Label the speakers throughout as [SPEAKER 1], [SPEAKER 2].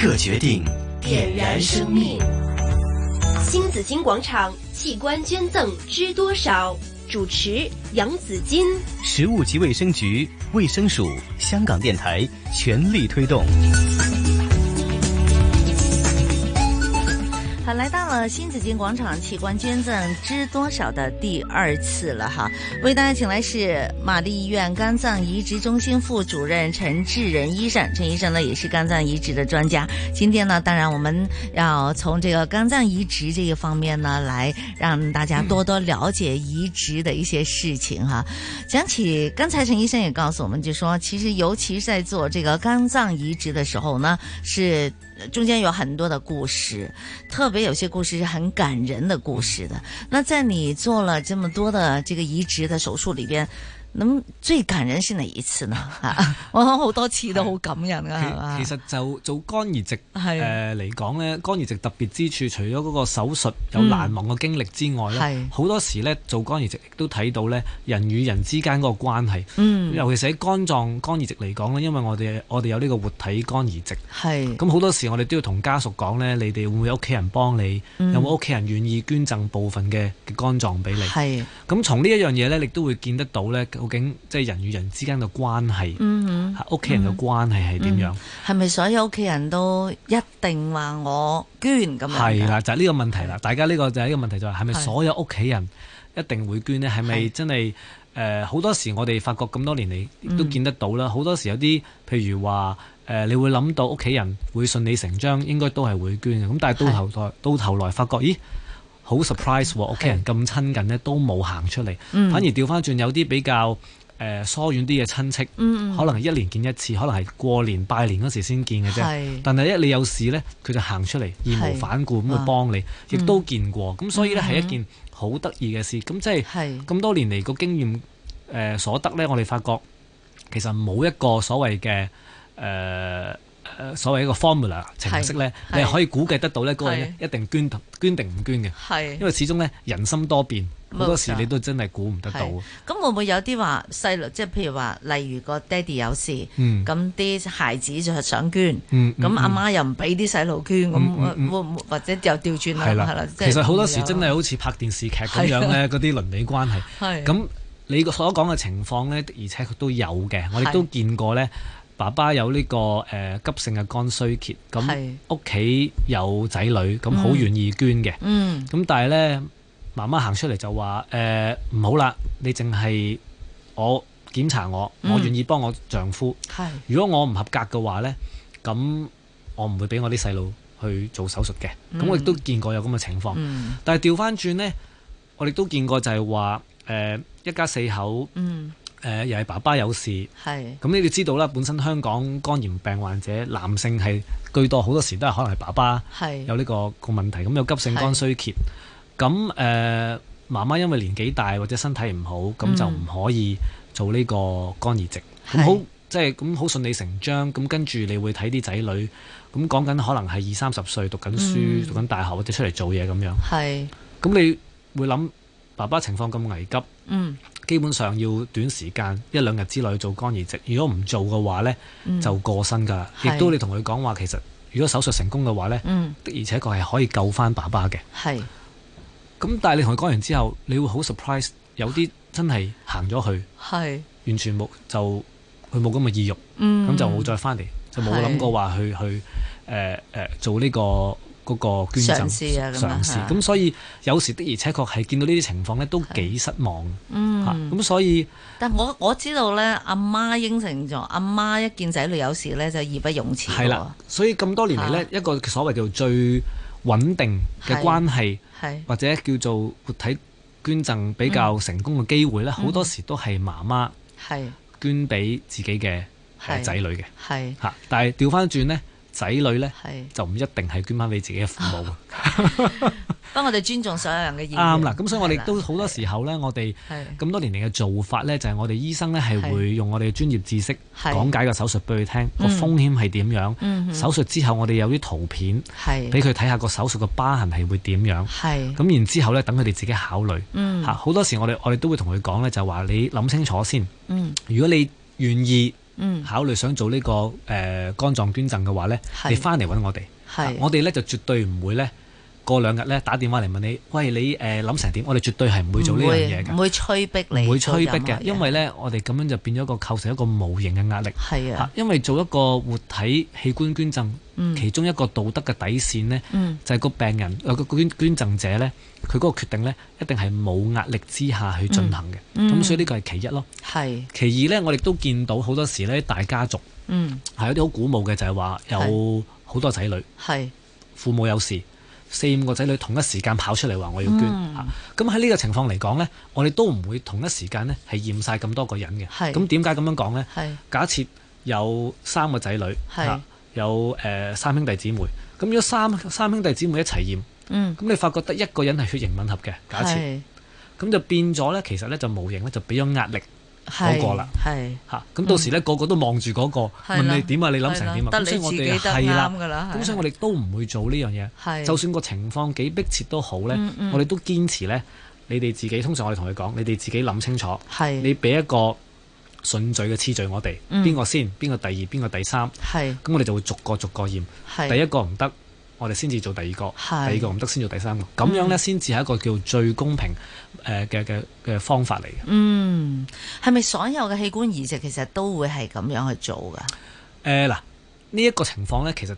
[SPEAKER 1] 刻决定，点燃生命。
[SPEAKER 2] 新紫金广场器官捐赠知多少？主持杨紫金，
[SPEAKER 1] 食物及卫生局、卫生署、香港电台全力推动。
[SPEAKER 3] 好，来到了新紫金广场器官捐赠知多少的第二次了哈，为大家请来是玛丽医院肝脏移植中心副主任陈志仁医生，陈医生呢也是肝脏移植的专家。今天呢，当然我们要从这个肝脏移植这个方面呢，来让大家多多了解移植的一些事情哈。讲起刚才陈医生也告诉我们，就说其实尤其是在做这个肝脏移植的时候呢，是。中间有很多的故事，特别有些故事是很感人的故事的。那在你做了这么多的这个移植的手术里边，咁最感人是哪一次呢？我諗好多次都好感人噶，係嘛
[SPEAKER 4] 其其實就做肝移植
[SPEAKER 3] 啊係
[SPEAKER 4] 誒呃嚟講咧，肝移植特別之處，除咗嗰個手術有難忘嘅經歷之外咧
[SPEAKER 3] 嗯係，
[SPEAKER 4] 好、多時咧做肝移植亦都睇到咧人與人之間嗰個關係。
[SPEAKER 3] 嗯，
[SPEAKER 4] 尤其是喺肝臟肝移植嚟講咧，因為我哋我哋有呢個活體肝移
[SPEAKER 3] 嗯
[SPEAKER 4] 植，
[SPEAKER 3] 係
[SPEAKER 4] 咁好多時我哋都要同家屬講咧，你哋會唔會有屋企人幫你？
[SPEAKER 3] 嗯
[SPEAKER 4] 有冇屋企人願意捐贈部分嘅嘅肝臟俾你？
[SPEAKER 3] 係，
[SPEAKER 4] 咁從呢一樣嘢咧，你都會見得到咧，究竟即係人與人之間嘅關係，
[SPEAKER 3] 嗯
[SPEAKER 4] 嚇屋企人嘅關係係點樣？
[SPEAKER 3] 哼，係咪所有屋企人都一定話我捐咁樣㗎？
[SPEAKER 4] 係啦，就係呢個問題啦。大家呢個就係呢個問題就係係咪所有屋企人一定會捐呢？係咪
[SPEAKER 3] 係
[SPEAKER 4] 真係誒好多時我哋發覺咁多年嚟
[SPEAKER 3] 嗯
[SPEAKER 4] 都見得到啦。好、多時有啲譬如話誒、呃你會諗到屋企人會順理成章應該都係會捐嘅。咁但係到頭來到頭來發覺，咦？好 surprise 喎！屋企人咁親近呢，都冇行出嚟，
[SPEAKER 3] 嗯
[SPEAKER 4] 反而調翻轉有啲比較誒、呃疏遠啲嘅親戚，
[SPEAKER 3] 嗯嗯
[SPEAKER 4] 可能一年見一次，可能係過年拜年嗰時先見嘅啫。
[SPEAKER 3] 係
[SPEAKER 4] 但係一你有事呢，佢就行出嚟義無反顧
[SPEAKER 3] 啊
[SPEAKER 4] 咁去幫你，亦
[SPEAKER 3] 嗯
[SPEAKER 4] 都見過。咁所以呢，係一件好得意嘅事。咁即係
[SPEAKER 3] 係
[SPEAKER 4] 咁多年嚟個經驗誒、呃所得呢，我哋發覺其實冇一個所謂嘅誒。呃呃所謂一個 formula 程式呢，
[SPEAKER 3] 係
[SPEAKER 4] 你係可以估計得到呢嗰個人呢
[SPEAKER 3] 係
[SPEAKER 4] 一定捐捐定唔捐嘅，
[SPEAKER 3] 係
[SPEAKER 4] 因。為始終呢，人心多變，好多時
[SPEAKER 3] 冇錯
[SPEAKER 4] 你都真係估唔得到。
[SPEAKER 3] 係咁會唔會有啲話細路，即係譬如話，例如個爹哋有事，
[SPEAKER 4] 嗯
[SPEAKER 3] 咁啲孩子就係想捐，
[SPEAKER 4] 嗯嗯
[SPEAKER 3] 咁阿
[SPEAKER 4] 嗯
[SPEAKER 3] 媽又唔俾啲細路捐，咁
[SPEAKER 4] 嗯嗯
[SPEAKER 3] 會唔會或者又調轉啦，
[SPEAKER 4] 係
[SPEAKER 3] 係啦
[SPEAKER 4] 啦，，
[SPEAKER 3] 即
[SPEAKER 4] 其實好多時
[SPEAKER 3] 會有
[SPEAKER 4] 真係好似拍電視劇咁樣咧，嗰啲鄰里關係。
[SPEAKER 3] 係啊
[SPEAKER 4] 咁你所講嘅情況呢，的而且確都有嘅，我
[SPEAKER 3] 係
[SPEAKER 4] 哋都見過呢。爸爸有呢、個誒、呃急性嘅肝衰竭，咁
[SPEAKER 3] 係
[SPEAKER 4] 屋企有仔女，咁好
[SPEAKER 3] 嗯
[SPEAKER 4] 願意捐嘅。咁、
[SPEAKER 3] 嗯
[SPEAKER 4] 但係呢，媽媽行出嚟就話誒唔好啦，你淨係我檢查我，
[SPEAKER 3] 嗯
[SPEAKER 4] 我願意幫我丈夫。
[SPEAKER 3] 係
[SPEAKER 4] 如果我唔合格嘅話呢，咁我唔會俾我啲細路去做手術嘅。咁我亦都見過有咁嘅情況。
[SPEAKER 3] 嗯
[SPEAKER 4] 但係調翻轉呢，我哋都見過就係話誒一家四口誒、
[SPEAKER 3] 嗯
[SPEAKER 4] 呃又係爸爸有事，
[SPEAKER 3] 係
[SPEAKER 4] 咁你哋知道啦，本身香港肝炎病患者男性係居多，好多時都係可能係爸爸
[SPEAKER 3] 係
[SPEAKER 4] 有呢個個問題，咁有急性肝衰竭，咁誒、呃媽媽因為年紀大或者身體唔好，咁就唔可以做呢個肝移植，咁
[SPEAKER 3] 嗯係
[SPEAKER 4] 好。即係咁好順理成章，咁跟住你會睇啲仔女，咁講緊可能係二三十歲讀緊書、
[SPEAKER 3] 嗯
[SPEAKER 4] 讀緊大學或者出嚟做嘢咁樣。
[SPEAKER 3] 係
[SPEAKER 4] 咁你會諗爸爸情況咁危急，
[SPEAKER 3] 嗯
[SPEAKER 4] 基本上要短時間一兩日之內做肝移植。如果唔做嘅話呢，
[SPEAKER 3] 嗯
[SPEAKER 4] 就過身㗎啦。
[SPEAKER 3] 係
[SPEAKER 4] 亦都你同佢講話，其實如果手術成功嘅話呢，
[SPEAKER 3] 嗯
[SPEAKER 4] 的而且確係可以救翻爸爸嘅。
[SPEAKER 3] 係
[SPEAKER 4] 咁但係你同佢講完之後，你會好 surprise，有啲真係行咗去，
[SPEAKER 3] 係
[SPEAKER 4] 完全冇就佢冇咁嘅意欲，咁、
[SPEAKER 3] 嗯
[SPEAKER 4] 就冇再翻嚟，就冇
[SPEAKER 3] 係
[SPEAKER 4] 諗過話去去誒誒做呢、個。嗰個捐
[SPEAKER 3] 嘗
[SPEAKER 4] 贈
[SPEAKER 3] 試啊咁樣
[SPEAKER 4] 嘗試
[SPEAKER 3] 嚇
[SPEAKER 4] 咁所以有時的而且確係見到呢啲情況呢，都幾失望。嚇
[SPEAKER 3] 嗯。
[SPEAKER 4] 咁、所以
[SPEAKER 3] 但我我知道咧，阿媽應承咗，阿媽一見仔女有事咧就義不容辭
[SPEAKER 4] 係啦，所以咁多年嚟呢，一個所謂叫做最穩定嘅
[SPEAKER 3] 係
[SPEAKER 4] 關
[SPEAKER 3] 喎，
[SPEAKER 4] 係，
[SPEAKER 3] 係
[SPEAKER 4] 或者叫做活體捐贈比
[SPEAKER 3] 嗯
[SPEAKER 4] 較成功嘅機會呢，好、多時都係媽媽
[SPEAKER 3] 係
[SPEAKER 4] 捐俾自己嘅
[SPEAKER 3] 係
[SPEAKER 4] 誒仔女嘅
[SPEAKER 3] 係
[SPEAKER 4] 嚇。但係調翻轉呢，仔女呢
[SPEAKER 3] 係。
[SPEAKER 4] 就唔一定係捐翻俾自己嘅父 母。
[SPEAKER 3] 不過我哋尊重所有人嘅意見。
[SPEAKER 4] 啱啦，咁所以我
[SPEAKER 3] 係
[SPEAKER 4] 哋
[SPEAKER 3] 啦
[SPEAKER 4] 都好多時候呢，我哋
[SPEAKER 3] 係
[SPEAKER 4] 咁多年嚟嘅做法呢，就係我哋醫生呢係
[SPEAKER 3] 係
[SPEAKER 4] 會用我哋嘅專業知識
[SPEAKER 3] 係
[SPEAKER 4] 講解個手術俾佢聽，個
[SPEAKER 3] 嗯
[SPEAKER 4] 風險係點
[SPEAKER 3] 嗯
[SPEAKER 4] 樣，
[SPEAKER 3] 哼
[SPEAKER 4] 手術之後我哋有啲圖片。俾
[SPEAKER 3] 係
[SPEAKER 4] 佢睇下個手術個疤痕係會點樣，
[SPEAKER 3] 係
[SPEAKER 4] 咁然之後咧等佢哋自己考慮
[SPEAKER 3] 嗯
[SPEAKER 4] 嚇。好、多時我哋我哋都會同佢講咧，就話你諗清楚先。
[SPEAKER 3] 嗯
[SPEAKER 4] 如果你願意
[SPEAKER 3] 嗯，
[SPEAKER 4] 考慮想做呢、個誒、呃肝臟捐贈嘅話呢，
[SPEAKER 3] 係
[SPEAKER 4] 你翻嚟揾我哋，啊
[SPEAKER 3] 係
[SPEAKER 4] 我哋呢就絕對唔會呢過兩日呢打電話嚟問你，喂你誒諗、成點？我哋絕對係唔會做呢樣嘢
[SPEAKER 3] 唔
[SPEAKER 4] 嘅，
[SPEAKER 3] 會催逼你，
[SPEAKER 4] 唔會催逼嘅，因為呢，我哋咁樣就變咗一個構成一個無形嘅壓力。
[SPEAKER 3] 係
[SPEAKER 4] 嚇
[SPEAKER 3] 啊，
[SPEAKER 4] 因為做一個活體器官捐贈，
[SPEAKER 3] 嗯
[SPEAKER 4] 其中一個道德嘅底線呢，
[SPEAKER 3] 嗯
[SPEAKER 4] 就係個病人有個捐捐贈者呢，佢嗰個決定呢，一定係冇壓力之下去進行嘅。咁、
[SPEAKER 3] 嗯嗯
[SPEAKER 4] 所以呢個係其一咯。
[SPEAKER 3] 係
[SPEAKER 4] 其二呢，我哋都見到好多時呢，大家族
[SPEAKER 3] 嗯
[SPEAKER 4] 係有啲好鼓舞嘅，就係話有好多仔女，
[SPEAKER 3] 係
[SPEAKER 4] 父母有事，四五個仔女同一時間跑出嚟話我要捐
[SPEAKER 3] 嗯
[SPEAKER 4] 嚇咁喺呢個情況嚟講呢，我哋都唔會同一時間呢係驗晒咁多個人嘅。
[SPEAKER 3] 係
[SPEAKER 4] 咁點解咁樣講呢？
[SPEAKER 3] 係
[SPEAKER 4] 假設有三個仔女，
[SPEAKER 3] 係
[SPEAKER 4] 嚇有誒、呃三兄弟姊妹，咁如果三三兄弟姊妹一齊驗，
[SPEAKER 3] 嗯，
[SPEAKER 4] 咁你發覺得一個人係血型吻合嘅，假設
[SPEAKER 3] 係
[SPEAKER 4] 咁就變咗咧，其實咧就無形咧就俾咗壓力
[SPEAKER 3] 係
[SPEAKER 4] 嗰個啦
[SPEAKER 3] 係
[SPEAKER 4] 嚇，咁到時咧個個都望住嗰個
[SPEAKER 3] 嗯係啦
[SPEAKER 4] 問你點啊，你諗成點
[SPEAKER 3] 係啦
[SPEAKER 4] 啊，
[SPEAKER 3] 得
[SPEAKER 4] 咁所以
[SPEAKER 3] 你
[SPEAKER 4] 我
[SPEAKER 3] 自己
[SPEAKER 4] 哋
[SPEAKER 3] 得
[SPEAKER 4] 係啦
[SPEAKER 3] 啱，㗎啦，
[SPEAKER 4] 咁所以我
[SPEAKER 3] 哋
[SPEAKER 4] 哋都唔會做呢樣嘢。
[SPEAKER 3] 係
[SPEAKER 4] 就算個情況幾迫切都好咧
[SPEAKER 3] 嗯嗯，
[SPEAKER 4] 我哋都堅持咧，你哋自己通常我哋同佢講，你哋自己諗清楚，
[SPEAKER 3] 係
[SPEAKER 4] 你俾一個順序嘅次序我哋，
[SPEAKER 3] 嗯
[SPEAKER 4] 邊個先，邊個第二，邊個第三。
[SPEAKER 3] 係
[SPEAKER 4] 咁我哋就會逐個逐個驗，
[SPEAKER 3] 係
[SPEAKER 4] 第一個唔得，我哋先至做第二個，
[SPEAKER 3] 係嗯
[SPEAKER 4] 第二個唔得先做第三個，咁樣呢，先至係一個叫最公平誒嘅嘅嘅方法嚟嘅。誒、
[SPEAKER 3] 嗯，係咪所有嘅器官移植其實都會係咁樣去做噶？
[SPEAKER 4] 呃嗱，呢、一個情況呢，其實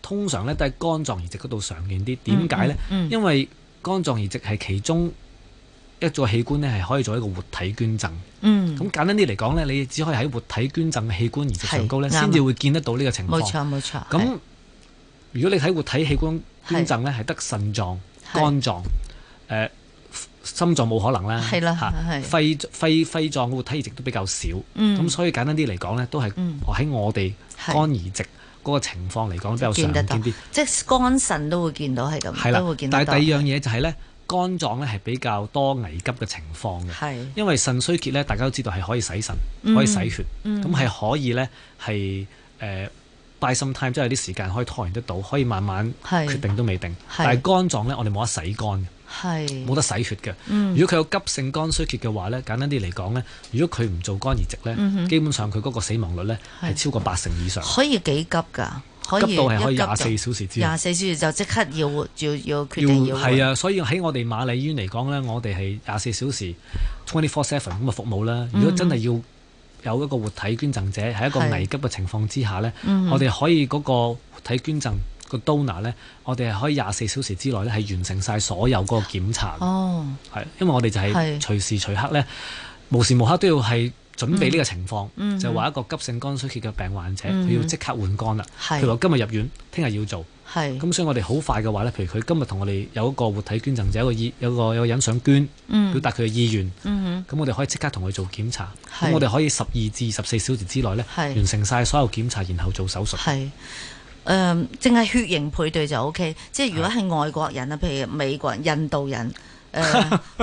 [SPEAKER 4] 通常呢都係肝臟移植嗰度常見啲，點解呢？
[SPEAKER 3] 嗯？嗯
[SPEAKER 4] 因為肝臟移植係其中一個器官呢，係可以做一個活體捐贈。
[SPEAKER 3] 嗯，
[SPEAKER 4] 咁簡單啲嚟講呢，你只可以喺活體捐贈嘅器官移植上高呢，
[SPEAKER 3] 係啱啊
[SPEAKER 4] 先至會見得到呢個情
[SPEAKER 3] 冇
[SPEAKER 4] 況。
[SPEAKER 3] 錯冇錯。係
[SPEAKER 4] 哦咁如果你睇活體器官捐贈咧，係得腎臟、
[SPEAKER 3] 係
[SPEAKER 4] 肝臟、誒、呃心臟冇可能啦，
[SPEAKER 3] 係啦
[SPEAKER 4] 嚇
[SPEAKER 3] 係
[SPEAKER 4] 肺肺肺臟活體移植都比較少，咁、
[SPEAKER 3] 嗯
[SPEAKER 4] 所以簡單啲嚟講咧，都係
[SPEAKER 3] 嗯
[SPEAKER 4] 我喺我哋
[SPEAKER 3] 係
[SPEAKER 4] 肝移植嗰個情況嚟講比較
[SPEAKER 3] 見
[SPEAKER 4] 常
[SPEAKER 3] 得
[SPEAKER 4] 見
[SPEAKER 3] 到
[SPEAKER 4] 啲，
[SPEAKER 3] 即係肝腎都會見到係咁，
[SPEAKER 4] 係
[SPEAKER 3] 都會
[SPEAKER 4] 啦
[SPEAKER 3] 見。得
[SPEAKER 4] 但
[SPEAKER 3] 到。
[SPEAKER 4] 係第二樣嘢就係咧，肝臟咧係比較多危急嘅情況嘅。
[SPEAKER 3] 係
[SPEAKER 4] 因為腎衰竭咧，大家都知道係可以洗腎，
[SPEAKER 3] 嗯
[SPEAKER 4] 可以洗血，
[SPEAKER 3] 嗯
[SPEAKER 4] 咁係、可以咧係誒 buy some time，即係有啲時間可以拖延得到，可以慢慢
[SPEAKER 3] 係
[SPEAKER 4] 決定都未定。
[SPEAKER 3] 係
[SPEAKER 4] 但係肝臟咧，我哋冇得洗肝嘅，
[SPEAKER 3] 係
[SPEAKER 4] 冇得洗血嘅。
[SPEAKER 3] 嗯
[SPEAKER 4] 如果佢有急性肝衰竭嘅話咧，簡單啲嚟講咧，如果佢唔做肝移植咧，
[SPEAKER 3] 嗯哼
[SPEAKER 4] 基本上佢嗰個死亡率咧
[SPEAKER 3] 係
[SPEAKER 4] 係超過八成以上，
[SPEAKER 3] 可以幾急㗎？可以
[SPEAKER 4] 急到係可以
[SPEAKER 3] 一急
[SPEAKER 4] 廿
[SPEAKER 3] 就
[SPEAKER 4] 四小時之內。
[SPEAKER 3] 廿四小時就即刻要要要決
[SPEAKER 4] 要
[SPEAKER 3] 定要
[SPEAKER 4] 係啊，所以喺我哋瑪麗醫院嚟講呢，我哋係廿四小時 twenty four seven 咁嘅啊服務啦。如果真係要有一個活體捐贈者喺一個
[SPEAKER 3] 嗯係
[SPEAKER 4] 危急嘅情況之下呢，
[SPEAKER 3] 嗯
[SPEAKER 4] 我哋可以嗰個活體捐贈個 donor 呢，我哋係可以廿四小時之內呢係完成晒所有嗰個檢查嘅，
[SPEAKER 3] 哦，
[SPEAKER 4] 係因為我哋就
[SPEAKER 3] 係
[SPEAKER 4] 係隨時隨刻呢，無時無刻都要係。準備呢個情況，
[SPEAKER 3] 嗯嗯
[SPEAKER 4] 就話一個急性肝衰竭嘅病患者，佢、
[SPEAKER 3] 嗯
[SPEAKER 4] 要即刻換肝啦。
[SPEAKER 3] 係
[SPEAKER 4] 譬如話今日入院，聽日要做。
[SPEAKER 3] 係
[SPEAKER 4] 咁所以我哋好快嘅話咧，譬如佢今日同我哋有一個活體捐贈者，有個意有個有個人想捐，
[SPEAKER 3] 嗯
[SPEAKER 4] 表達佢嘅意願，
[SPEAKER 3] 嗯
[SPEAKER 4] 咁我哋可以即刻同佢做檢查，
[SPEAKER 3] 係
[SPEAKER 4] 咁我哋可以十二至十四小時之內咧
[SPEAKER 3] 係
[SPEAKER 4] 完成晒所有檢查，然後做手術。
[SPEAKER 3] 係。誒，淨係、血型配對就 O、k 即係如果係外國人啊，譬如美國人、印度人、誒、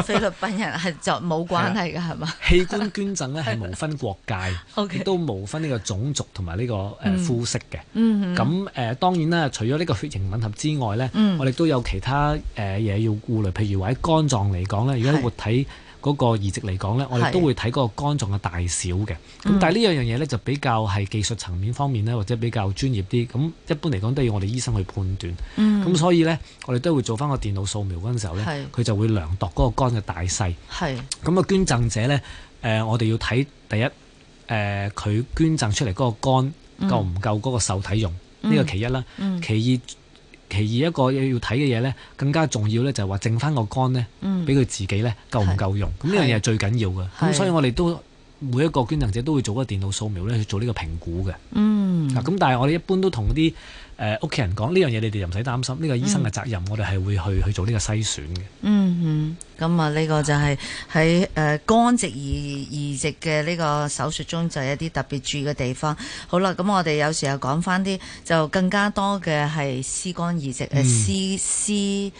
[SPEAKER 3] 菲律賓人係就冇關係㗎，係嘛？
[SPEAKER 4] 器官捐贈咧係無分國 界，
[SPEAKER 3] OK
[SPEAKER 4] 亦都無分呢個種族同埋呢個誒
[SPEAKER 3] 嗯
[SPEAKER 4] 膚色嘅。
[SPEAKER 3] 嗯
[SPEAKER 4] 咁誒、呃、當然啦，除咗呢個血型吻合之外咧，
[SPEAKER 3] 嗯
[SPEAKER 4] 我哋都有其他呃誒嘢、要顧慮，譬如話喺肝臟嚟講咧，如果
[SPEAKER 3] 係
[SPEAKER 4] 喺活體嗰個移植嚟講咧，我哋
[SPEAKER 3] 係
[SPEAKER 4] 都會睇嗰個肝臟嘅大小嘅。咁、
[SPEAKER 3] 嗯
[SPEAKER 4] 但係呢樣樣嘢咧就比較係技術層面方面咧，或者比較專業啲。咁一般嚟講都要我哋醫生去判斷。咁、
[SPEAKER 3] 嗯
[SPEAKER 4] 所以咧，我哋都會做翻個電腦掃描嗰陣時候咧
[SPEAKER 3] 係，
[SPEAKER 4] 佢就會量度嗰個肝嘅大細。
[SPEAKER 3] 係
[SPEAKER 4] 咁啊，捐贈者呢，誒、我哋要睇第一，誒、佢捐贈出嚟嗰個肝
[SPEAKER 3] 嗯
[SPEAKER 4] 夠唔夠嗰個受體用？呢、個其一啦。
[SPEAKER 3] 嗯
[SPEAKER 4] 其二，其二一個要睇嘅嘢呢，更加重要呢，就係話剩翻個肝呢，
[SPEAKER 3] 嗯
[SPEAKER 4] 俾佢自己呢夠唔夠用？咁呢樣嘢係最緊要嘅。
[SPEAKER 3] 係
[SPEAKER 4] 咁所以我哋都每一個捐贈者都會做一個電腦掃描呢去做呢個評估嘅。啊
[SPEAKER 3] 嗯
[SPEAKER 4] 嗱，咁但係我哋一般都同啲誒屋企人講呢樣嘢，你哋就唔使擔心，呢、個醫生嘅責任，我哋係會去去做呢個篩選嘅。
[SPEAKER 3] 嗯哼，咁啊呢個就係喺誒肝植移移植嘅呢個手術中就有一啲特別注意嘅地方。好啦，咁我哋有時候講
[SPEAKER 4] 嗯
[SPEAKER 3] 翻啲就更加多嘅係屍肝移植誒屍屍呃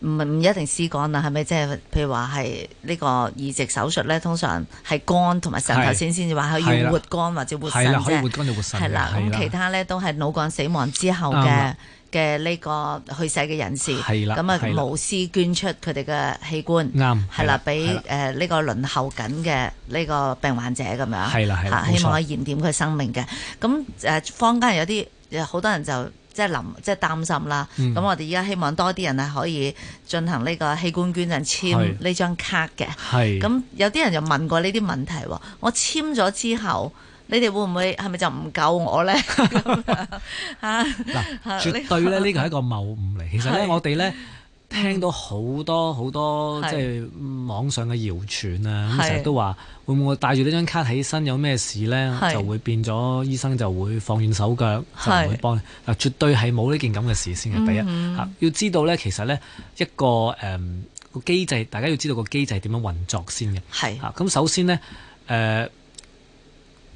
[SPEAKER 3] 唔唔一定屍肝啦，係咪？即係譬如話係呢個移植手術咧，通常係肝同埋腎頭先先至話可
[SPEAKER 4] 係
[SPEAKER 3] 以
[SPEAKER 4] 啦
[SPEAKER 3] 活肝或者活
[SPEAKER 4] 係
[SPEAKER 3] 腎
[SPEAKER 4] 啦，可以活
[SPEAKER 3] 啫。
[SPEAKER 4] 肝就活腎嘅，
[SPEAKER 3] 係啦，
[SPEAKER 4] 係
[SPEAKER 3] 咁其他咧都係腦幹死亡之後
[SPEAKER 4] 啱
[SPEAKER 3] 嘅
[SPEAKER 4] 啦
[SPEAKER 3] 嘅呢個去世嘅人士，
[SPEAKER 4] 係啦
[SPEAKER 3] 咁啊
[SPEAKER 4] 係啦
[SPEAKER 3] 無私捐出佢哋嘅器官。
[SPEAKER 4] 啱
[SPEAKER 3] 係啦，
[SPEAKER 4] 係
[SPEAKER 3] 俾
[SPEAKER 4] 啦
[SPEAKER 3] 誒呢個輪候緊嘅呢個病患者咁樣，
[SPEAKER 4] 係啦係啦
[SPEAKER 3] 嚇
[SPEAKER 4] 冇錯
[SPEAKER 3] 希望可以燃點佢生命嘅。咁誒坊間有啲有好多人就即係臨即係擔心啦。咁、
[SPEAKER 4] 嗯
[SPEAKER 3] 我哋而家希望多啲人係可以進行呢個器官捐贈簽
[SPEAKER 4] 係
[SPEAKER 3] 呢張卡嘅。
[SPEAKER 4] 係
[SPEAKER 3] 咁有啲人就問過呢啲問題喎，我簽咗之後，你哋會唔會係咪就唔夠我 咧？嚇啊嚇呢
[SPEAKER 4] 嗱，
[SPEAKER 3] 嗯
[SPEAKER 4] 絕對咧，呢個係一個謬誤嚟。其實咧，
[SPEAKER 3] 係
[SPEAKER 4] 我哋咧聽到好多好多
[SPEAKER 3] 係
[SPEAKER 4] 即係網上嘅謠傳啊，
[SPEAKER 3] 係
[SPEAKER 4] 咁成日都話會唔會帶住呢張卡起身有咩事咧，
[SPEAKER 3] 係
[SPEAKER 4] 就會變咗醫生就會放軟手腳，就唔會
[SPEAKER 3] 係
[SPEAKER 4] 幫你。啊嗱，絕對係冇呢件咁嘅事先嘅。第一
[SPEAKER 3] 嗯
[SPEAKER 4] 嚇，要知道咧，其實咧一個誒個機制，大家要知道個機制點樣運作先嘅。
[SPEAKER 3] 係
[SPEAKER 4] 嚇，啊咁首先呢，誒、呃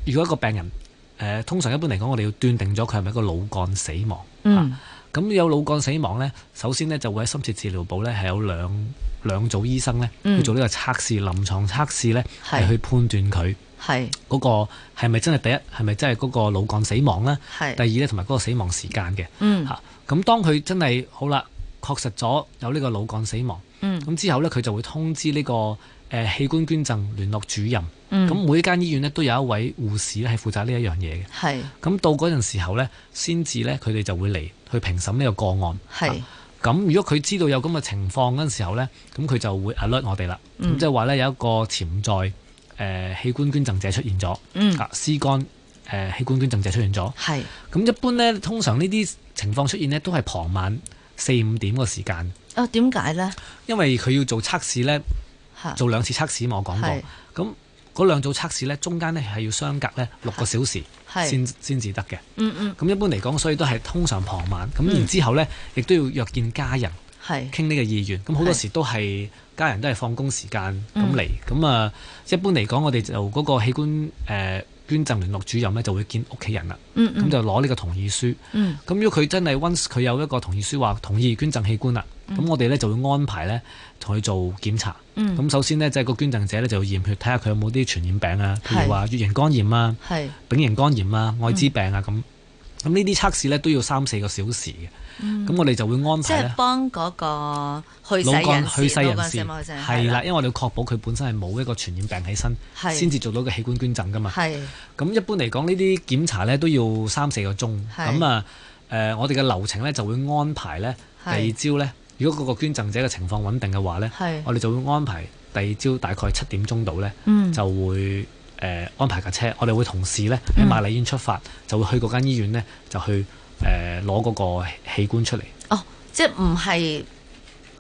[SPEAKER 4] 如果一個病人誒、呃通常一般嚟講，我哋要斷定咗佢係咪一個腦幹死亡。啊
[SPEAKER 3] 嗯
[SPEAKER 4] 咁有腦幹死亡呢，首先呢就會喺深切治療部呢係有兩兩組醫生呢
[SPEAKER 3] 嗯
[SPEAKER 4] 去做呢個測試，臨床測試呢
[SPEAKER 3] 係
[SPEAKER 4] 係去判斷佢
[SPEAKER 3] 係
[SPEAKER 4] 嗰個係咪真係第一係咪真係嗰個腦幹死亡啦，第
[SPEAKER 3] 係
[SPEAKER 4] 二呢，同埋嗰個死亡時間嘅
[SPEAKER 3] 嗯
[SPEAKER 4] 嚇。咁、當佢真係好啦，確實咗有呢個腦幹死亡，
[SPEAKER 3] 嗯
[SPEAKER 4] 咁之後呢，佢就會通知呢、個誒、呃器官捐贈聯絡主任。
[SPEAKER 3] 嗯
[SPEAKER 4] 咁每間醫院咧都有一位護士咧係負責呢一樣嘢嘅。
[SPEAKER 3] 係
[SPEAKER 4] 咁到嗰陣時候咧，先至咧佢哋就會嚟去評審呢個個案。
[SPEAKER 3] 係
[SPEAKER 4] 咁如果佢知道有咁嘅情況嗰陣時候咧，咁佢就會 alert 我哋啦。咁、
[SPEAKER 3] 嗯
[SPEAKER 4] 即係話咧有一個潛在誒、呃器官捐贈者出現咗，
[SPEAKER 3] 嗯
[SPEAKER 4] 啊屍肝誒器官捐贈者出現咗。
[SPEAKER 3] 係
[SPEAKER 4] 咁一般咧，通常呢啲情況出現咧都係傍晚四五點個時間，
[SPEAKER 3] 啊點解咧
[SPEAKER 4] 因為佢要做測試咧，
[SPEAKER 3] 嚇
[SPEAKER 4] 做兩次測試嘛，我講過
[SPEAKER 3] 係。
[SPEAKER 4] 咁嗰兩組測試咧，中間咧係要相隔咧六個小時
[SPEAKER 3] 係
[SPEAKER 4] 先先至得嘅。
[SPEAKER 3] 嗯嗯
[SPEAKER 4] 咁一般嚟講，所以都係通常傍晚。咁
[SPEAKER 3] 嗯
[SPEAKER 4] 然之後咧，亦都要約見家人
[SPEAKER 3] 係
[SPEAKER 4] 傾呢個意願。咁好多
[SPEAKER 3] 係
[SPEAKER 4] 時都係家人都係放工時間咁
[SPEAKER 3] 嗯
[SPEAKER 4] 嚟。咁啊，一般嚟講，我哋就嗰個器官誒捐贈聯絡主任咧就會見屋企人啦。
[SPEAKER 3] 嗯
[SPEAKER 4] 咁
[SPEAKER 3] 嗯
[SPEAKER 4] 就攞呢個同意書。
[SPEAKER 3] 嗯
[SPEAKER 4] 咁如果佢真係 once 佢有一個同意書話同意捐贈器官啦，咁我哋咧就會安排咧同佢做檢查。
[SPEAKER 3] 嗯
[SPEAKER 4] 咁首先呢，即係個捐贈者咧就要驗血，睇下佢有冇啲傳染病啊，譬
[SPEAKER 3] 係
[SPEAKER 4] 如話乙型肝炎啊、
[SPEAKER 3] 係
[SPEAKER 4] 丙型肝炎啊、艾滋病啊咁。咁呢啲測試咧都要三四個小時嘅。咁我哋就會安
[SPEAKER 3] 即
[SPEAKER 4] 排咧
[SPEAKER 3] 係幫嗰個嗯去世
[SPEAKER 4] 腦
[SPEAKER 3] 人
[SPEAKER 4] 幹
[SPEAKER 3] 士
[SPEAKER 4] 去世人
[SPEAKER 3] 腦幹
[SPEAKER 4] 士
[SPEAKER 3] 死亡者
[SPEAKER 4] 係啦，因為我哋要確保佢本身係冇一個傳染病喺身，
[SPEAKER 3] 係
[SPEAKER 4] 先至做到個器官捐贈噶嘛。
[SPEAKER 3] 係
[SPEAKER 4] 咁一般嚟講，呢啲檢查咧都要三四個鐘。
[SPEAKER 3] 係
[SPEAKER 4] 咁啊，誒、我哋嘅流程咧就會安排咧第
[SPEAKER 3] 係
[SPEAKER 4] 二朝咧，如果嗰個捐贈者嘅情況穩定嘅話咧
[SPEAKER 3] 係，
[SPEAKER 4] 我哋就會安排第二朝大概七點鐘到咧，
[SPEAKER 3] 嗯
[SPEAKER 4] 就會誒、呃安排架車，我哋會同時咧
[SPEAKER 3] 嗯
[SPEAKER 4] 喺瑪麗醫院出發，就會去嗰間醫院咧就去誒攞嗰個器官出嚟，
[SPEAKER 3] 哦，即係唔係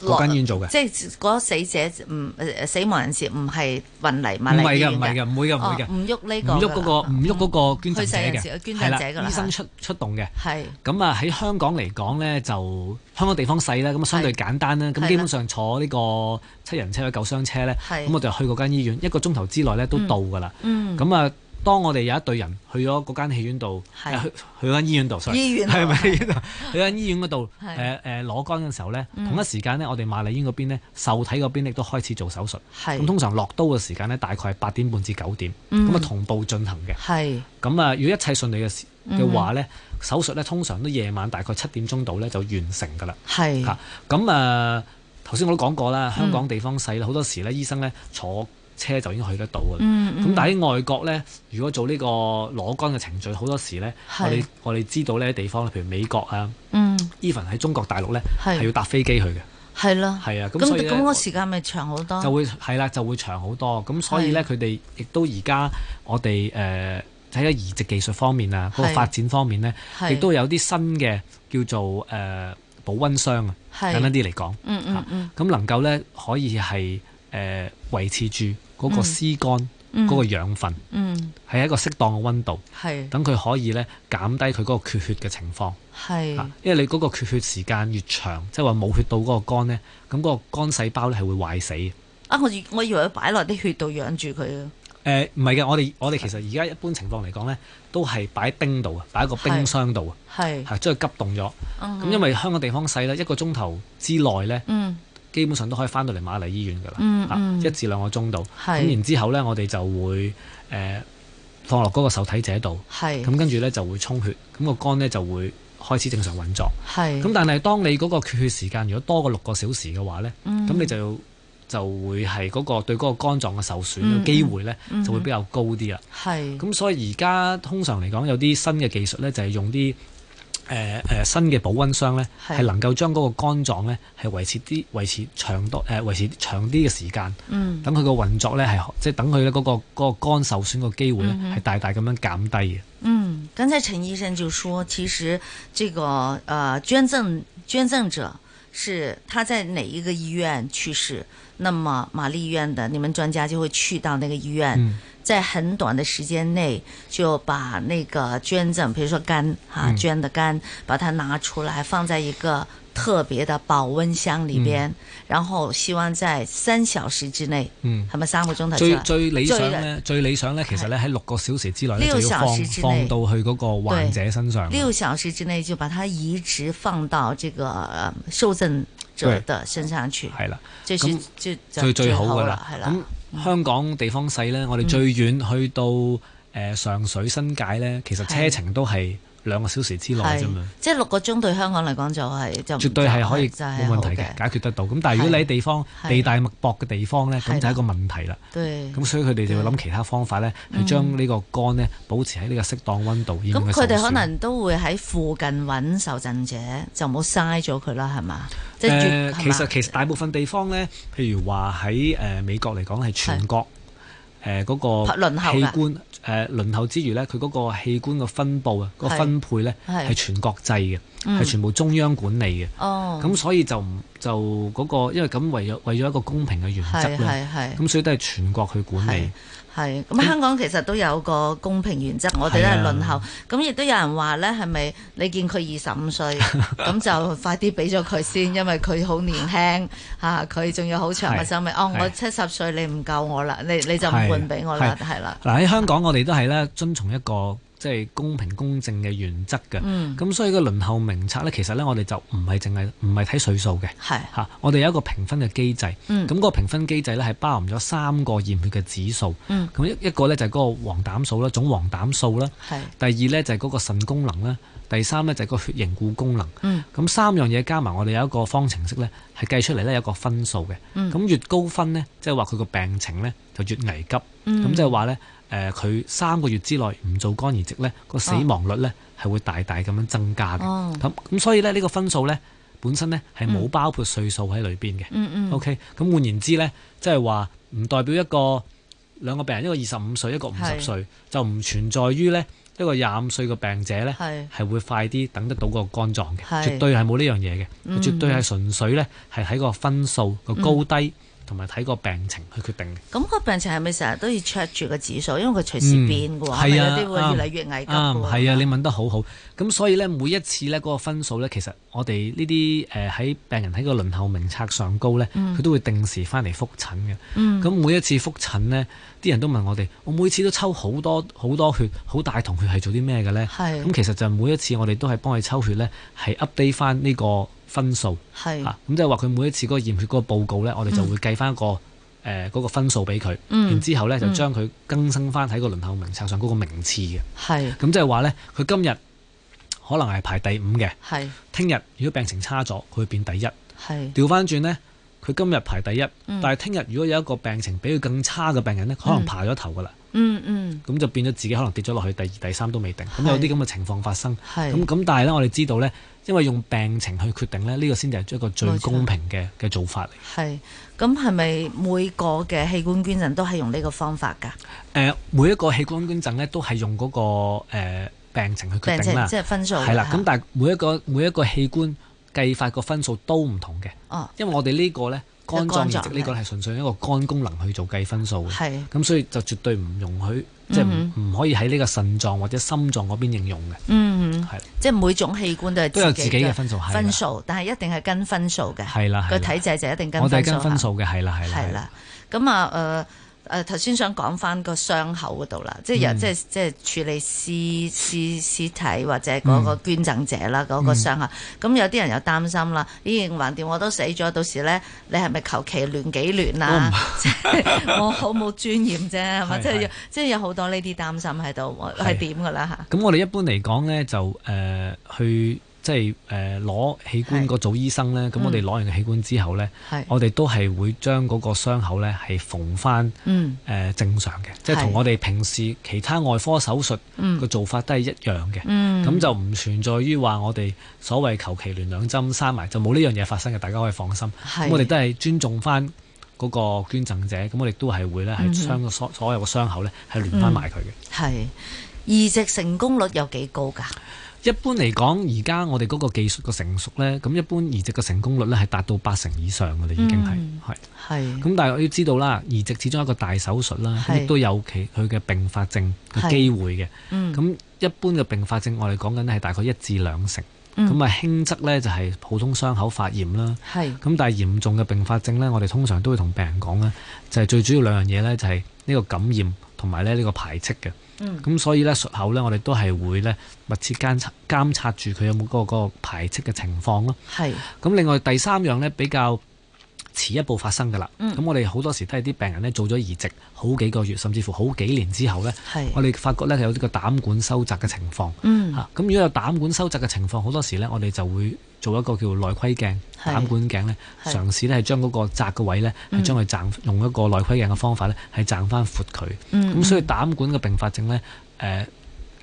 [SPEAKER 4] 嗰間醫院做嘅。
[SPEAKER 3] 即係嗰死者唔誒死亡人士唔係運嚟
[SPEAKER 4] 唔
[SPEAKER 3] 馬嚟
[SPEAKER 4] 係
[SPEAKER 3] 醫
[SPEAKER 4] 㗎，
[SPEAKER 3] 院
[SPEAKER 4] 唔係
[SPEAKER 3] 嘅，
[SPEAKER 4] 㗎，唔會㗎，唔會
[SPEAKER 3] 哦
[SPEAKER 4] 㗎，
[SPEAKER 3] 唔喐呢
[SPEAKER 4] 唔
[SPEAKER 3] 個㗎啦，哦
[SPEAKER 4] 喐嗰個唔喐嗰個捐
[SPEAKER 3] 去
[SPEAKER 4] 贈
[SPEAKER 3] 世
[SPEAKER 4] 者
[SPEAKER 3] 人
[SPEAKER 4] 嘅
[SPEAKER 3] 士嘅，捐
[SPEAKER 4] 係
[SPEAKER 3] 贈
[SPEAKER 4] 啦
[SPEAKER 3] 者㗎啦，
[SPEAKER 4] 醫生出出動嘅。
[SPEAKER 3] 係
[SPEAKER 4] 咁啊喺香港嚟講呢，就香港地方細啦，咁啊相對簡單啦，
[SPEAKER 3] 係啦
[SPEAKER 4] 咁基本上坐呢個七人車或者救傷車呢，
[SPEAKER 3] 係
[SPEAKER 4] 咁我哋去嗰間醫院一個鐘頭之內呢都到㗎啦。
[SPEAKER 3] 嗯
[SPEAKER 4] 咁啊，當我哋有一隊人去咗嗰間戲院度，
[SPEAKER 3] 係
[SPEAKER 4] 誒去 去嗰間醫院度，sorry，
[SPEAKER 3] 醫院啊度
[SPEAKER 4] 係咪醫院 度？去間醫院嗰度
[SPEAKER 3] 哦係嗯
[SPEAKER 4] 誒誒攞肝嘅時候呢，同一時間呢，我哋瑪麗醫院嗰邊呢，受體嗰邊亦都開始做手術。咁
[SPEAKER 3] 係
[SPEAKER 4] 通常落刀嘅時間呢，大概係八點半至九點，
[SPEAKER 3] 嗯
[SPEAKER 4] 咁啊同步進行嘅。
[SPEAKER 3] 係
[SPEAKER 4] 咁啊，如果一切順利嘅時
[SPEAKER 3] 嗯
[SPEAKER 4] 嘅話咧，手術咧通常都夜晚大概七點鐘到咧就完成㗎啦。
[SPEAKER 3] 係
[SPEAKER 4] 嚇，咁啊頭先我都講
[SPEAKER 3] 嗯
[SPEAKER 4] 過啦，香港地方細啦，好多時咧醫生咧坐車就已經去得到㗎啦。
[SPEAKER 3] 嗯
[SPEAKER 4] 咁但係喺外國咧，如果做呢個攞肝嘅程序，好多時咧，
[SPEAKER 3] 係
[SPEAKER 4] 我哋我哋知道呢啲地方，譬如美國啊
[SPEAKER 3] 嗯
[SPEAKER 4] ，even 喺中國大陸咧，
[SPEAKER 3] 係
[SPEAKER 4] 係要搭飛機去嘅，
[SPEAKER 3] 係啦，
[SPEAKER 4] 係啊，咁所以
[SPEAKER 3] 咁
[SPEAKER 4] 呢
[SPEAKER 3] 咁個時間咪長好多，
[SPEAKER 4] 就會係啦，就會長好多。咁所以咧，哦佢哋亦都而家我哋誒喺個移植技術方面啊，嗰個
[SPEAKER 3] 係
[SPEAKER 4] 發展方面咧，
[SPEAKER 3] 係
[SPEAKER 4] 亦都有啲新嘅叫做誒、呃保溫箱啊，
[SPEAKER 3] 係
[SPEAKER 4] 簡單啲嚟講，
[SPEAKER 3] 嗯嗯嗯
[SPEAKER 4] 咁能夠咧可以係誒、呃、維持住嗰個屍肝
[SPEAKER 3] 嗯
[SPEAKER 4] 嗰個養分，
[SPEAKER 3] 嗯
[SPEAKER 4] 係、一個適當嘅溫度，
[SPEAKER 3] 係
[SPEAKER 4] 等佢可以咧減低佢嗰個缺血嘅情況。
[SPEAKER 3] 係
[SPEAKER 4] 啊因為你嗰個缺血時間越長，即係話冇血到嗰個肝咧，咁嗰個肝細胞咧係會壞死嘅。
[SPEAKER 3] 啊！我以我以為擺落啲血度養住佢啊，
[SPEAKER 4] 誒呃唔係嘅，我哋我哋其實而家一般情況嚟講咧，都係擺冰度啊，擺喺個冰箱度啊，
[SPEAKER 3] 係嗯
[SPEAKER 4] 係將佢急凍咗。咁
[SPEAKER 3] 咁
[SPEAKER 4] 因為香港地方細咧，一個鐘頭之內咧，
[SPEAKER 3] 嗯
[SPEAKER 4] 基本上都可以翻到嚟瑪麗醫院㗎啦，
[SPEAKER 3] 嗯
[SPEAKER 4] 啊
[SPEAKER 3] 嗯
[SPEAKER 4] 一至兩個鐘度。
[SPEAKER 3] 係
[SPEAKER 4] 咁然之後咧，我哋就會誒、呃放落嗰個受體者度，
[SPEAKER 3] 係
[SPEAKER 4] 咁跟住咧就會充血，咁個肝咧就會開始正常運作。
[SPEAKER 3] 係
[SPEAKER 4] 咁但係當你嗰個缺血時間如果多過六個小時嘅話咧，
[SPEAKER 3] 嗯
[SPEAKER 4] 咁你就要就會係嗰、個對嗰個肝臟嘅受損
[SPEAKER 3] 嗯
[SPEAKER 4] 嘅機會咧
[SPEAKER 3] 嗯
[SPEAKER 4] 就會比較高啲啦。
[SPEAKER 3] 係
[SPEAKER 4] 咁所以而家通常嚟講，有啲新嘅技術咧，就係用啲誒誒新嘅保温箱咧，
[SPEAKER 3] 係
[SPEAKER 4] 係能夠將嗰個肝臟咧係維持啲維持長多誒、呃、維持長啲嘅時間，
[SPEAKER 3] 嗯
[SPEAKER 4] 等佢個運作咧係即係等佢咧嗰個嗰個肝受損個機會咧係大大咁樣減低嘅。
[SPEAKER 3] 嗯，剛才陳醫生就說，其實這個呃捐贈捐贈者是他在哪一個醫院去世，那麼瑪麗醫院的你們專家就會去到那個醫院。
[SPEAKER 4] 嗯
[SPEAKER 3] 在很短的時間內就把那個捐贈，比如說肝哈、
[SPEAKER 4] 嗯
[SPEAKER 3] 捐的肝，把它拿出來放在一個特別的保溫箱裏邊，然後希望在三小時之內，
[SPEAKER 4] 嗯，
[SPEAKER 3] 係咪三個鐘頭之內？
[SPEAKER 4] 最最理想
[SPEAKER 3] 最哎
[SPEAKER 4] 咧，最理想咧，其實咧喺六個小時之內咧
[SPEAKER 3] 六
[SPEAKER 4] 就要
[SPEAKER 3] 小
[SPEAKER 4] 放
[SPEAKER 3] 時之內
[SPEAKER 4] 放到去嗰個患者身上。
[SPEAKER 3] 六小時之內就把它移植放到這個、呃受贈者的身上去，
[SPEAKER 4] 係啦，
[SPEAKER 3] 這是
[SPEAKER 4] 嗯咁
[SPEAKER 3] 就
[SPEAKER 4] 最最好
[SPEAKER 3] 噶
[SPEAKER 4] 噶
[SPEAKER 3] 啦
[SPEAKER 4] 啦，。
[SPEAKER 3] 係啦，嗯
[SPEAKER 4] 咁香港地方細呢，我哋最遠去到誒上水新界呢，其實車程都係兩個小時之內啫
[SPEAKER 3] 係
[SPEAKER 4] 嘛，
[SPEAKER 3] 即係六個鐘對香港嚟講就係就
[SPEAKER 4] 絕對係可以
[SPEAKER 3] 就係
[SPEAKER 4] 冇
[SPEAKER 3] 好
[SPEAKER 4] 問題嘅，解決得到。咁但係如果你喺地方
[SPEAKER 3] 係
[SPEAKER 4] 地大物博嘅地方呢，
[SPEAKER 3] 係啦
[SPEAKER 4] 咁就係一個問題啦。
[SPEAKER 3] 對。
[SPEAKER 4] 咁所以佢哋就要諗其他方法呢，去將呢個肝呢保持喺呢個適當温度。而唔
[SPEAKER 3] 嗯咁
[SPEAKER 4] 係
[SPEAKER 3] 佢哋
[SPEAKER 4] 受
[SPEAKER 3] 可
[SPEAKER 4] 損
[SPEAKER 3] 能都會喺附近揾受贈者，就唔好嘥咗佢啦，係嘛？即係越
[SPEAKER 4] 誒，
[SPEAKER 3] 係
[SPEAKER 4] 呃其
[SPEAKER 3] 嘛
[SPEAKER 4] 實其實大部分地方咧，譬如話喺誒美國嚟講係全國誒嗰個
[SPEAKER 3] 輪候㗎
[SPEAKER 4] 器官誒呃輪候之餘咧，佢嗰個器官嘅分布啊，個
[SPEAKER 3] 係
[SPEAKER 4] 分配咧
[SPEAKER 3] 係
[SPEAKER 4] 係全國制嘅，
[SPEAKER 3] 嗯
[SPEAKER 4] 係全部中央管理嘅。
[SPEAKER 3] 哦，
[SPEAKER 4] 咁所以就唔就嗰個，因為咁為咗為咗一個公平嘅原則
[SPEAKER 3] 係
[SPEAKER 4] 咧，
[SPEAKER 3] 係係
[SPEAKER 4] 咁所以都係全國去管
[SPEAKER 3] 係
[SPEAKER 4] 理。
[SPEAKER 3] 係
[SPEAKER 4] 嗯
[SPEAKER 3] 咁香港其實都有個公平原則，我哋
[SPEAKER 4] 啊
[SPEAKER 3] 都係輪候。咁亦都有人話咧，係咪你見佢二十五 歲，咁就快啲俾咗佢先，因為佢好年輕嚇，佢仲有好長嘅
[SPEAKER 4] 係
[SPEAKER 3] 生命。哦，
[SPEAKER 4] 係
[SPEAKER 3] 我七十歲你唔夠我啦，你你就唔
[SPEAKER 4] 係
[SPEAKER 3] 換俾我啦，係啦，
[SPEAKER 4] 嗱喺香港，我哋都係咧遵從一個即係公平公正嘅原則嘅。
[SPEAKER 3] 嗯
[SPEAKER 4] 咁所以個輪候名冊咧，其實咧我哋就唔係淨係唔係睇歲數嘅。
[SPEAKER 3] 係
[SPEAKER 4] 嚇，我哋有一個評分嘅機制，咁、
[SPEAKER 3] 嗯
[SPEAKER 4] 嗰個評分機制咧係包含咗三個驗血嘅指數，咁、
[SPEAKER 3] 嗯
[SPEAKER 4] 一一個咧就係嗰個黃疸素啦，總黃疸素啦，
[SPEAKER 3] 係
[SPEAKER 4] 第二咧就係嗰個腎功能啦，第三咧就係個血凝固功能，
[SPEAKER 3] 嗯
[SPEAKER 4] 咁三樣嘢加埋，我哋有一個方程式咧係計出嚟咧有一個分數嘅，咁、
[SPEAKER 3] 嗯
[SPEAKER 4] 越高分咧，即係話佢個病情咧就越危急，咁、
[SPEAKER 3] 嗯
[SPEAKER 4] 即係話咧誒呃佢三個月之內唔做肝移植咧，個死亡率咧係會大大咁樣增加嘅。
[SPEAKER 3] 哦
[SPEAKER 4] 咁咁所以咧，呢個分數咧本身咧係冇包括歲數喺裏邊嘅。
[SPEAKER 3] 嗯嗯
[SPEAKER 4] OK，咁換言之咧，即係話唔代表一個兩個病人，一個二十五歲，一個五
[SPEAKER 3] 係
[SPEAKER 4] 十歲，就唔存在於咧一個廿五歲嘅病者咧
[SPEAKER 3] 係
[SPEAKER 4] 係會快啲等得到個肝臟嘅，
[SPEAKER 3] 係
[SPEAKER 4] 絕對係冇呢樣嘢嘅，
[SPEAKER 3] 嗯嗯
[SPEAKER 4] 絕對係純粹咧係睇個分數個高低同埋睇個病情去決定嘅。
[SPEAKER 3] 咁個病情係咪成日都要 check 住個指數？因為佢隨時變嘅
[SPEAKER 4] 嗯
[SPEAKER 3] 喎，係咪
[SPEAKER 4] 係
[SPEAKER 3] 有
[SPEAKER 4] 啊
[SPEAKER 3] 啲會越嚟越危急嘅
[SPEAKER 4] 啱，
[SPEAKER 3] 喎
[SPEAKER 4] 係啊，你問得好好。咁所以咧，每一次咧嗰個分數咧，其實我哋呢啲誒喺病人喺個輪候名冊上高咧，佢、
[SPEAKER 3] 嗯
[SPEAKER 4] 都會定時翻嚟覆診嘅。咁、每一次覆診咧，啲人都問我哋：我每次都抽好多好多血，好大筒血係做啲咩嘅咧？
[SPEAKER 3] 係
[SPEAKER 4] 咁其實就每一次我哋都係幫佢抽血咧，係 update 翻呢個分數
[SPEAKER 3] 係
[SPEAKER 4] 啊。咁即係話佢每一次嗰個驗血嗰個報告咧，我哋就會計翻個呃誒嗰、個分數俾佢，
[SPEAKER 3] 嗯
[SPEAKER 4] 然之後咧就將佢更新翻喺個輪候名冊上嗰個名次嘅。
[SPEAKER 3] 係
[SPEAKER 4] 咁即係話呢，佢今日可能係排第五嘅，
[SPEAKER 3] 係
[SPEAKER 4] 聽日如果病情差咗，佢會變第一。
[SPEAKER 3] 係
[SPEAKER 4] 調翻轉呢，佢今日排第一，
[SPEAKER 3] 嗯
[SPEAKER 4] 但係聽日如果有一個病情比佢更差嘅病人呢，可能爬咗頭噶啦，
[SPEAKER 3] 嗯嗯
[SPEAKER 4] 咁就變咗自己可能跌咗落去第二、第三都未定。咁
[SPEAKER 3] 係
[SPEAKER 4] 有啲咁嘅情況發生。
[SPEAKER 3] 係
[SPEAKER 4] 咁咁，但係呢，我哋知道呢，因為用病情去決定呢，呢個先至係一個
[SPEAKER 3] 冇
[SPEAKER 4] 最
[SPEAKER 3] 錯
[SPEAKER 4] 公平嘅嘅做法嚟。
[SPEAKER 3] 係。咁係咪每個嘅器官捐贈都係用呢個方法㗎？
[SPEAKER 4] 誒、呃每一個器官捐贈咧，都係用嗰、個、呃、病情去
[SPEAKER 3] 病
[SPEAKER 4] 決定
[SPEAKER 3] 情
[SPEAKER 4] 啦。
[SPEAKER 3] 即係分數㗎
[SPEAKER 4] 係啦，
[SPEAKER 3] 嚇
[SPEAKER 4] 咁但係每一個每一個器官計法個分數都唔同嘅，
[SPEAKER 3] 哦
[SPEAKER 4] 因為我哋呢個咧肝臟移植呢個
[SPEAKER 3] 係
[SPEAKER 4] 係純粹一個肝功能去做計分數嘅，
[SPEAKER 3] 係
[SPEAKER 4] 咁所以就絕對唔容許，
[SPEAKER 3] 嗯
[SPEAKER 4] 即係唔唔可以喺呢個腎臟或者心臟嗰邊應用嘅，
[SPEAKER 3] 嗯，
[SPEAKER 4] 係
[SPEAKER 3] 即係每種器官都係
[SPEAKER 4] 都有自己嘅分數，係
[SPEAKER 3] 分
[SPEAKER 4] 啦
[SPEAKER 3] 數，但係一定係跟分數嘅。
[SPEAKER 4] 係啦，
[SPEAKER 3] 個
[SPEAKER 4] 係啦
[SPEAKER 3] 體制就一定跟
[SPEAKER 4] 我哋
[SPEAKER 3] 分數
[SPEAKER 4] 係跟
[SPEAKER 3] 行
[SPEAKER 4] 分數嘅，係啦，係啦，
[SPEAKER 3] 係
[SPEAKER 4] 係啦，
[SPEAKER 3] 啦，咁啊誒。誒頭先想講翻個傷口嗰度啦，即係又
[SPEAKER 4] 嗯
[SPEAKER 3] 即係即係處理屍屍屍體或者嗰
[SPEAKER 4] 嗯
[SPEAKER 3] 個捐贈者啦，嗰、個傷口。咁、有啲人又擔心啦，咦，橫掂我都死咗，到時咧你係咪求其亂幾亂啊？即係 我好冇尊嚴啫，係咪？
[SPEAKER 4] 係
[SPEAKER 3] 即係
[SPEAKER 4] 係
[SPEAKER 3] 有即係有好多呢啲擔心喺度，係
[SPEAKER 4] 係
[SPEAKER 3] 點㗎啦嚇？
[SPEAKER 4] 咁我哋一般嚟講咧，就誒、呃去即係誒攞器官個組醫生咧，咁我
[SPEAKER 3] 嗯
[SPEAKER 4] 哋攞完個器官之後咧，
[SPEAKER 3] 係
[SPEAKER 4] 我哋都係會將嗰個傷口咧係縫翻誒、
[SPEAKER 3] 嗯
[SPEAKER 4] 呃正常嘅，即
[SPEAKER 3] 係
[SPEAKER 4] 係同我哋平時其他外科手術個
[SPEAKER 3] 嗯
[SPEAKER 4] 做法都係一樣嘅。
[SPEAKER 3] 嗯，
[SPEAKER 4] 咁就唔存在於話我哋所謂求其亂兩針閂埋，就冇呢樣嘢發生嘅，大家可以放心。
[SPEAKER 3] 係
[SPEAKER 4] 咁我哋都係尊重翻嗰個捐贈者，咁我哋都係會咧
[SPEAKER 3] 嗯
[SPEAKER 4] 係將個所所有嘅傷口咧係連翻埋佢嘅。
[SPEAKER 3] 係移植成功率有幾高㗎？
[SPEAKER 4] 一般嚟講，而家我哋嗰個技術嘅成熟咧，咁一般移植嘅成功率咧係達到八成以上嘅啦，已經係
[SPEAKER 3] 嗯
[SPEAKER 4] 係。
[SPEAKER 3] 係
[SPEAKER 4] 咁但係我要知道啦，移植始終係一個大手術啦，
[SPEAKER 3] 係
[SPEAKER 4] 亦都有其佢嘅併發症嘅機會嘅。
[SPEAKER 3] 嗯
[SPEAKER 4] 咁一般嘅併發症，我哋講緊係大概一至兩成。
[SPEAKER 3] 嗯
[SPEAKER 4] 咁啊輕則咧就係普通傷口發炎啦。
[SPEAKER 3] 係
[SPEAKER 4] 咁但係嚴重嘅併發症咧，我哋通常都會同病人講咧，就係、最主要兩樣嘢咧，就係、呢個感染同埋咧呢個排斥嘅。
[SPEAKER 3] 嗯
[SPEAKER 4] 咁所以咧術後咧，我哋都係會咧密切監察監察住佢有冇嗰個嗰個排斥嘅情況咯。
[SPEAKER 3] 係
[SPEAKER 4] 咁另外第三樣咧比較遲一步發生㗎啦。
[SPEAKER 3] 嗯
[SPEAKER 4] 咁、我哋好多時都係啲病人咧做咗移植好幾個月，甚至乎好幾年之後咧，我
[SPEAKER 3] 係
[SPEAKER 4] 哋發覺咧有呢個膽管收窄嘅情況。
[SPEAKER 3] 嗯
[SPEAKER 4] 嚇咁如果有膽管收窄嘅情況，好多時咧，我哋就會做一個叫內窺鏡、
[SPEAKER 3] 係
[SPEAKER 4] 膽管鏡咧，
[SPEAKER 3] 係
[SPEAKER 4] 嘗試咧係將嗰個窄嘅位咧，
[SPEAKER 3] 嗯
[SPEAKER 4] 係將佢掙用一個內窺鏡嘅方法咧，係掙翻闊佢。
[SPEAKER 3] 嗯
[SPEAKER 4] 咁所以
[SPEAKER 3] 嗯
[SPEAKER 4] 膽管嘅併發症咧，誒、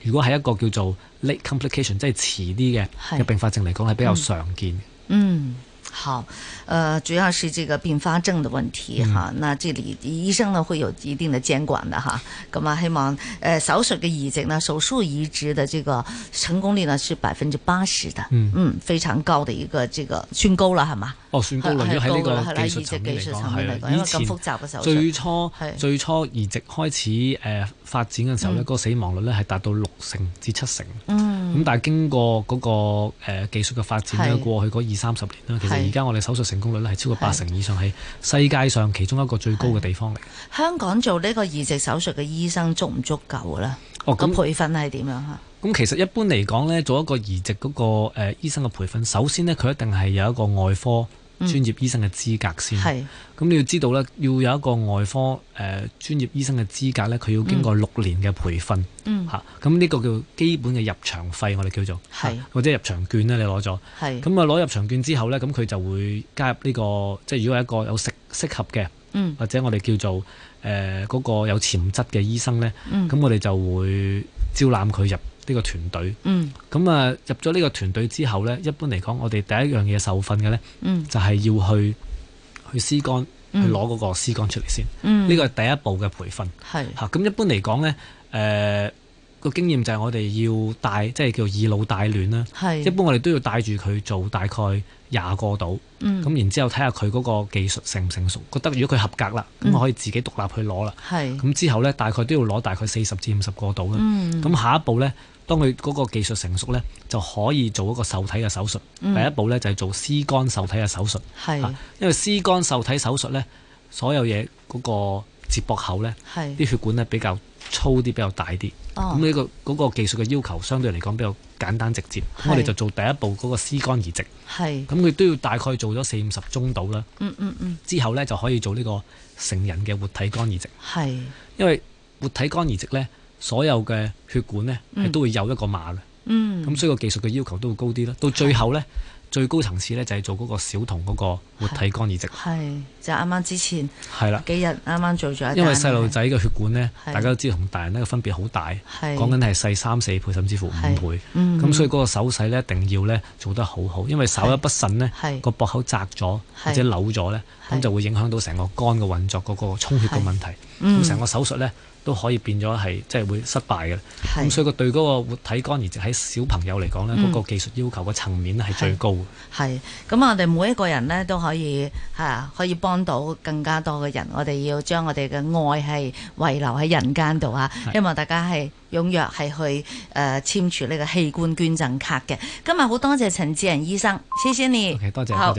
[SPEAKER 4] 如果係一個叫做 late complication，即係遲啲嘅
[SPEAKER 3] 係
[SPEAKER 4] 嘅併發症嚟講，係比較常見嘅。
[SPEAKER 3] 嗯，好，呃，主要是这个并发症的问题哈。
[SPEAKER 4] 嗯
[SPEAKER 3] 那这里医生呢会有一定的监管的哈。咁啊，希望呃手术嘅移植呢，手术移植的这个成功率呢是百分之八十的，
[SPEAKER 4] 嗯
[SPEAKER 3] 非常高的一个这个宣高啦，系嘛？
[SPEAKER 4] 哦，算高
[SPEAKER 3] 係
[SPEAKER 4] 啦，
[SPEAKER 3] 係
[SPEAKER 4] 如果喺呢
[SPEAKER 3] 高啦係
[SPEAKER 4] 個
[SPEAKER 3] 啦
[SPEAKER 4] 技術層面
[SPEAKER 3] 移植
[SPEAKER 4] 嚟
[SPEAKER 3] 技術
[SPEAKER 4] 講，
[SPEAKER 3] 層面嚟
[SPEAKER 4] 係
[SPEAKER 3] 講
[SPEAKER 4] 啦
[SPEAKER 3] 因為
[SPEAKER 4] 以
[SPEAKER 3] 咁
[SPEAKER 4] 前
[SPEAKER 3] 複雜嘅手術
[SPEAKER 4] 最初
[SPEAKER 3] 係
[SPEAKER 4] 最初移植開始誒發展嘅時候咧，
[SPEAKER 3] 嗯
[SPEAKER 4] 嗰個死亡率咧係達到六成至七成。咁
[SPEAKER 3] 嗯，
[SPEAKER 4] 但係經過嗰個呃技術嘅發展咧，
[SPEAKER 3] 係
[SPEAKER 4] 過去嗰二三十年啦，其
[SPEAKER 3] 係
[SPEAKER 4] 實而家我哋手術成功率咧係超過八成以上，係世界上其中一個最高嘅地方嚟。
[SPEAKER 3] 香港做呢个移植手术嘅医生足唔足够咧？
[SPEAKER 4] 哦，
[SPEAKER 3] 個
[SPEAKER 4] 咁
[SPEAKER 3] 培訓係點樣啊？
[SPEAKER 4] 咁其實一般嚟講咧，做一個移植嗰、個誒、呃、醫生嘅培訓，首先咧佢一定係有一個外科
[SPEAKER 3] 嗯
[SPEAKER 4] 專業醫生嘅資格先。咁、
[SPEAKER 3] 係
[SPEAKER 4] 你要知道咧，要有一個外科誒、呃、專業醫生嘅資格咧，佢要經過六年嘅培訓
[SPEAKER 3] 嗯
[SPEAKER 4] 嚇。咁呢、個叫基本嘅入場費，我哋叫做
[SPEAKER 3] 係
[SPEAKER 4] 或者入場券咧，你攞咗。
[SPEAKER 3] 係
[SPEAKER 4] 咁啊攞入場券之後呢，咁佢就會加入呢、個，即係如果係一個有適適合嘅，
[SPEAKER 3] 嗯
[SPEAKER 4] 或者我哋叫做誒嗰、個有潛質嘅醫生呢，
[SPEAKER 3] 嗯
[SPEAKER 4] 咁、我哋就會招攬佢入呢個團隊。
[SPEAKER 3] 嗯
[SPEAKER 4] 咁啊入咗呢個團隊之後呢，一般嚟講，我哋第一樣嘢受訓嘅呢，
[SPEAKER 3] 嗯
[SPEAKER 4] 就係、要去去屍肝，
[SPEAKER 3] 嗯
[SPEAKER 4] 去攞嗰個屍肝出嚟先。
[SPEAKER 3] 嗯
[SPEAKER 4] 呢個係第一步嘅培訓。
[SPEAKER 3] 係
[SPEAKER 4] 嚇，咁一般嚟講呢，誒、個經驗就係我哋要帶，即係叫以老帶亂啦。
[SPEAKER 3] 係
[SPEAKER 4] 一般我哋都要帶住佢做大概廿個度，
[SPEAKER 3] 嗯
[SPEAKER 4] 咁然之後睇下佢嗰個技術成唔成熟，覺得如果佢合格啦，
[SPEAKER 3] 嗯
[SPEAKER 4] 咁我可以自己獨立去攞啦。
[SPEAKER 3] 係
[SPEAKER 4] 咁之後呢，大概都要攞大概四十至五十個度啦。
[SPEAKER 3] 嗯
[SPEAKER 4] 咁下一步呢，當佢嗰個技術成熟呢，就可以做一個受體嘅手術。
[SPEAKER 3] 嗯
[SPEAKER 4] 第一步呢，就係做屍肝受體嘅手術，
[SPEAKER 3] 係
[SPEAKER 4] 嚇啊因為屍肝受體手術呢，所有嘢嗰個接駁口呢，
[SPEAKER 3] 係
[SPEAKER 4] 啲血管呢比較粗啲，比較大啲。
[SPEAKER 3] 哦
[SPEAKER 4] 咁呢個嗰個技術嘅要求相對嚟講比較簡單直接，
[SPEAKER 3] 係
[SPEAKER 4] 咁我哋就做第一步嗰個屍肝移植，
[SPEAKER 3] 係
[SPEAKER 4] 咁佢都要大概做咗四五十宗到啦，
[SPEAKER 3] 嗯嗯嗯
[SPEAKER 4] 之後呢就可以做呢個成人嘅活體肝移植，
[SPEAKER 3] 係
[SPEAKER 4] 因為活體肝移植呢，所有嘅血管呢
[SPEAKER 3] 嗯
[SPEAKER 4] 係都會有一個碼嘅，咁、
[SPEAKER 3] 嗯
[SPEAKER 4] 所以個技術嘅要求都會高啲啦。到最後呢，最高層次呢就係做嗰個小童嗰個活體肝移植，
[SPEAKER 3] 係就啱啱之前
[SPEAKER 4] 係啦，
[SPEAKER 3] 幾日啱啱做咗一單
[SPEAKER 4] 因為細路仔嘅血管呢，
[SPEAKER 3] 啊係
[SPEAKER 4] 大家都知同大人呢個分別好大，
[SPEAKER 3] 係
[SPEAKER 4] 講緊係細三四倍甚至乎五倍。
[SPEAKER 3] 嗯
[SPEAKER 4] 咁所以嗰個手勢咧，一定要咧做得好好，因為稍一不慎咧
[SPEAKER 3] 係，
[SPEAKER 4] 個膊口窄咗
[SPEAKER 3] 係
[SPEAKER 4] 或者扭咗咧，
[SPEAKER 3] 係
[SPEAKER 4] 咁就會影響到成個肝嘅運作嗰個充血嘅問題，
[SPEAKER 3] 嗯
[SPEAKER 4] 咁成個手術咧都可以變咗係即係會失敗嘅。
[SPEAKER 3] 係
[SPEAKER 4] 咁所以個對嗰個活體肝移植喺小朋友嚟講咧，
[SPEAKER 3] 嗯
[SPEAKER 4] 嗰個技術要求嘅層面咧係最高嘅。
[SPEAKER 3] 係咁，我哋每一個人咧都可以嚇、可以幫到更加多嘅人。我哋要將我哋嘅愛係遺留喺人間度啊！
[SPEAKER 4] 係
[SPEAKER 3] 希望大家係踴躍係去誒、呃、簽署呢個器官捐贈卡嘅。今日好多謝陳志仁醫生，謝謝你。
[SPEAKER 4] OK，多謝
[SPEAKER 3] 好
[SPEAKER 4] 多謝。